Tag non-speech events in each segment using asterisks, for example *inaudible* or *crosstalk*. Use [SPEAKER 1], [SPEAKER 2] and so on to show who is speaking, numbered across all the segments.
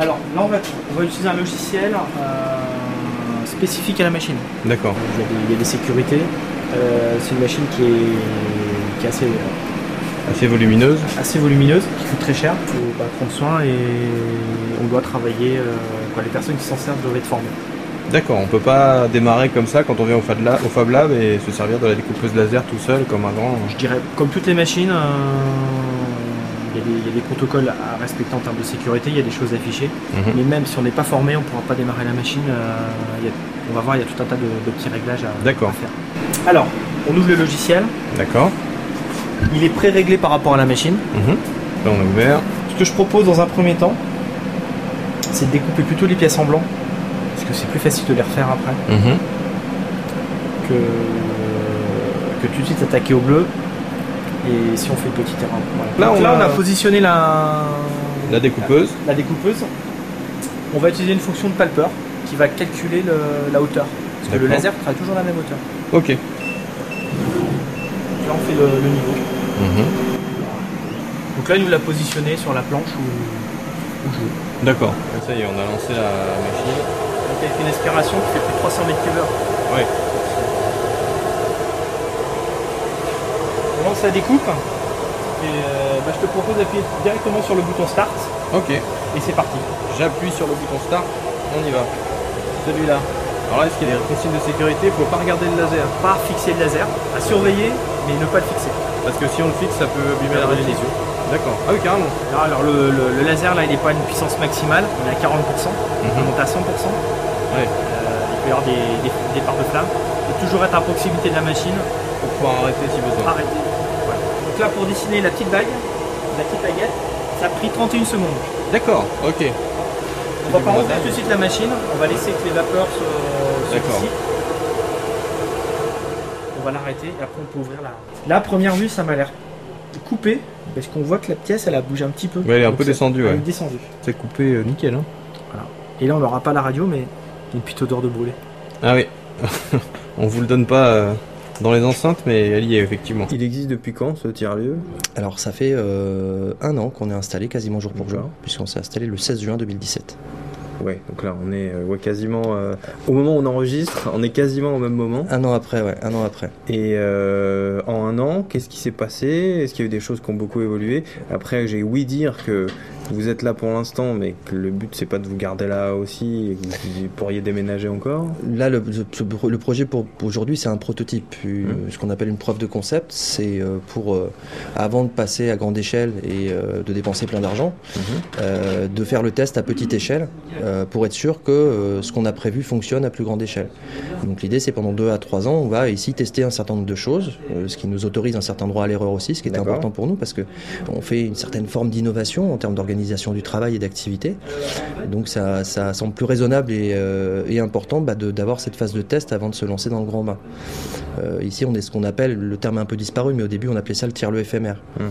[SPEAKER 1] Alors là, on va, on va utiliser un logiciel euh, spécifique à la machine.
[SPEAKER 2] D'accord.
[SPEAKER 3] Il y a des, il y a des sécurités. Euh, c'est une machine qui est, qui est assez,
[SPEAKER 2] Assez volumineuse.
[SPEAKER 3] assez volumineuse, qui coûte très cher. Il faut bah, prendre soin et on doit travailler. euh, quoi, les personnes qui s'en servent doivent être formées.
[SPEAKER 2] D'accord, on peut pas démarrer comme ça quand on vient au Fab Lab, au Fab Lab et se servir de la découpeuse laser tout seul comme un grand.
[SPEAKER 3] Je dirais, comme toutes les machines, euh, il y, a des- il y a des protocoles à respecter en termes de sécurité, il y a des choses affichées.
[SPEAKER 2] Mhm.
[SPEAKER 3] Mais même si on n'est pas formé, on ne pourra pas démarrer la machine. euh, il y a- on va voir, il y a tout un tas de, de petits réglages à,
[SPEAKER 2] D'accord.
[SPEAKER 3] à faire. Alors, on ouvre le logiciel.
[SPEAKER 2] D'accord.
[SPEAKER 3] Il est pré-réglé par rapport à la machine.
[SPEAKER 2] Mhm. Là on a ouvert.
[SPEAKER 3] Ce que je propose dans un premier temps, c'est de découper plutôt les pièces en blanc. Parce que c'est plus facile de les refaire après
[SPEAKER 2] Mhm.
[SPEAKER 3] que, que tout de suite attaquer au bleu. Et si on fait une petite erreur. voilà.
[SPEAKER 2] Là,
[SPEAKER 3] Donc
[SPEAKER 2] on a-
[SPEAKER 3] positionné la,
[SPEAKER 2] La découpeuse.
[SPEAKER 3] la découpeuse, on va utiliser une fonction de palpeur qui va calculer le- la hauteur. Parce que le
[SPEAKER 2] D'accord.
[SPEAKER 3] laser fera toujours la même hauteur.
[SPEAKER 2] Ok.
[SPEAKER 3] Donc Là, on fait le, le niveau.
[SPEAKER 2] Mhm.
[SPEAKER 3] Donc là, il nous l'a positionné sur la planche où, où je veux.
[SPEAKER 2] D'accord. Ça y est, on a lancé la machine.
[SPEAKER 3] Donc avec une aspiration qui fait plus de 300 mètres cubes heure.
[SPEAKER 2] Ouais.
[SPEAKER 3] On lance la découpe. Et euh, bah, je te propose d'appuyer directement sur le bouton Start.
[SPEAKER 2] Ok.
[SPEAKER 3] Et c'est parti.
[SPEAKER 2] J'appuie sur le bouton start. On y va.
[SPEAKER 3] Celui-là.
[SPEAKER 2] Alors là, est-ce qu'il y a des consignes de sécurité Faut pas regarder le laser.
[SPEAKER 3] Par fixer le laser. À surveiller, mais ne pas le fixer.
[SPEAKER 2] Parce que si on le fixe, ça peut abîmer
[SPEAKER 3] Ça
[SPEAKER 2] la
[SPEAKER 3] peut
[SPEAKER 2] réalisation. D'accord. Ah oui, carrément.
[SPEAKER 3] Là, alors le, le- le laser là il n'est pas à une puissance maximale, on est à 40%, on
[SPEAKER 2] Mhm.
[SPEAKER 3] monte à 100%. Euh,
[SPEAKER 2] Ouais.
[SPEAKER 3] il peut y avoir des, des- des parts de flamme. Et toujours être à proximité de la machine
[SPEAKER 2] Pour pouvoir arrêter si besoin.
[SPEAKER 3] arrêter. Voilà. Donc là pour dessiner la petite vague, la petite baguette, ça a pris 31 secondes.
[SPEAKER 2] D'accord. Ok.
[SPEAKER 3] On va
[SPEAKER 2] du
[SPEAKER 3] pas
[SPEAKER 2] bon
[SPEAKER 3] ouvrir
[SPEAKER 2] matin.
[SPEAKER 3] tout de suite la machine, on va laisser que les vapeurs se, se
[SPEAKER 2] D'accord.
[SPEAKER 3] dissipent. On va l'arrêter et après on peut ouvrir la. Là, à première vue, ça m'a l'air coupé parce qu'on voit que la pièce elle a bougé un petit peu.
[SPEAKER 2] Ouais, elle est un
[SPEAKER 3] Donc
[SPEAKER 2] peu
[SPEAKER 3] ça-
[SPEAKER 2] descendue,
[SPEAKER 3] elle
[SPEAKER 2] ouais.
[SPEAKER 3] est descendue.
[SPEAKER 2] C'est coupé euh, nickel. Hein.
[SPEAKER 3] Et là, on n'aura pas la radio, mais il y a une petite odeur de brûlé.
[SPEAKER 2] Ah oui. *laughs* on vous le donne pas euh, dans les enceintes, mais elle y est effectivement. Il existe depuis quand ce tiers-lieu
[SPEAKER 4] Alors ça fait euh, un an qu'on est installé quasiment jour pour jour, puisqu'on s'est installé le 16 juin 2017.
[SPEAKER 2] Ouais. Donc là, on est euh, ouais, quasiment euh, au moment où on enregistre, on est quasiment au même moment.
[SPEAKER 4] Un an après, ouais, un an après.
[SPEAKER 2] Et euh, en un an, qu'est-ce qui s'est passé Est-ce qu'il y a eu des choses qui ont beaucoup évolué Après, j'ai oui dire que vous êtes là pour l'instant, mais que le but c'est pas de vous garder là aussi et que vous pourriez déménager encore.
[SPEAKER 4] Là, le, ce- ce pro- le projet pour, pour aujourd'hui, c'est un prototype, une- ce qu'on appelle une preuve de concept. C'est euh, pour, euh, avant de passer à grande échelle et euh, de dépenser plein d'argent, euh, de faire le test à petite échelle euh, pour être sûr que euh, ce qu'on a prévu fonctionne à plus grande échelle. Donc l'idée, c'est pendant deux à trois ans, on va ici tester un certain nombre de choses, euh, ce qui nous autorise un certain droit à l'erreur aussi, ce qui est
[SPEAKER 2] D'accord.
[SPEAKER 4] important pour nous parce que on fait une certaine forme d'innovation en termes d'organisation du travail et d'activité. Donc ça, ça semble plus raisonnable et, euh, et important bah, de- d'avoir cette phase de test avant de se lancer dans le grand bain. Euh, ici, on est ce qu'on appelle, le terme est un peu disparu, mais au début, on appelait ça le tiers-lieu éphémère.
[SPEAKER 2] Mhm.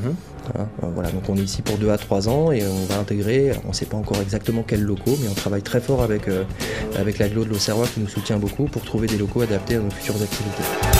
[SPEAKER 4] Hein, euh, voilà, donc on est ici pour 2 à 3 ans et on va intégrer, on ne sait pas encore exactement quels locaux, mais on travaille très fort avec, euh, avec l'aglo de l'Auxerrois qui nous soutient beaucoup pour trouver des locaux adaptés à nos futures activités.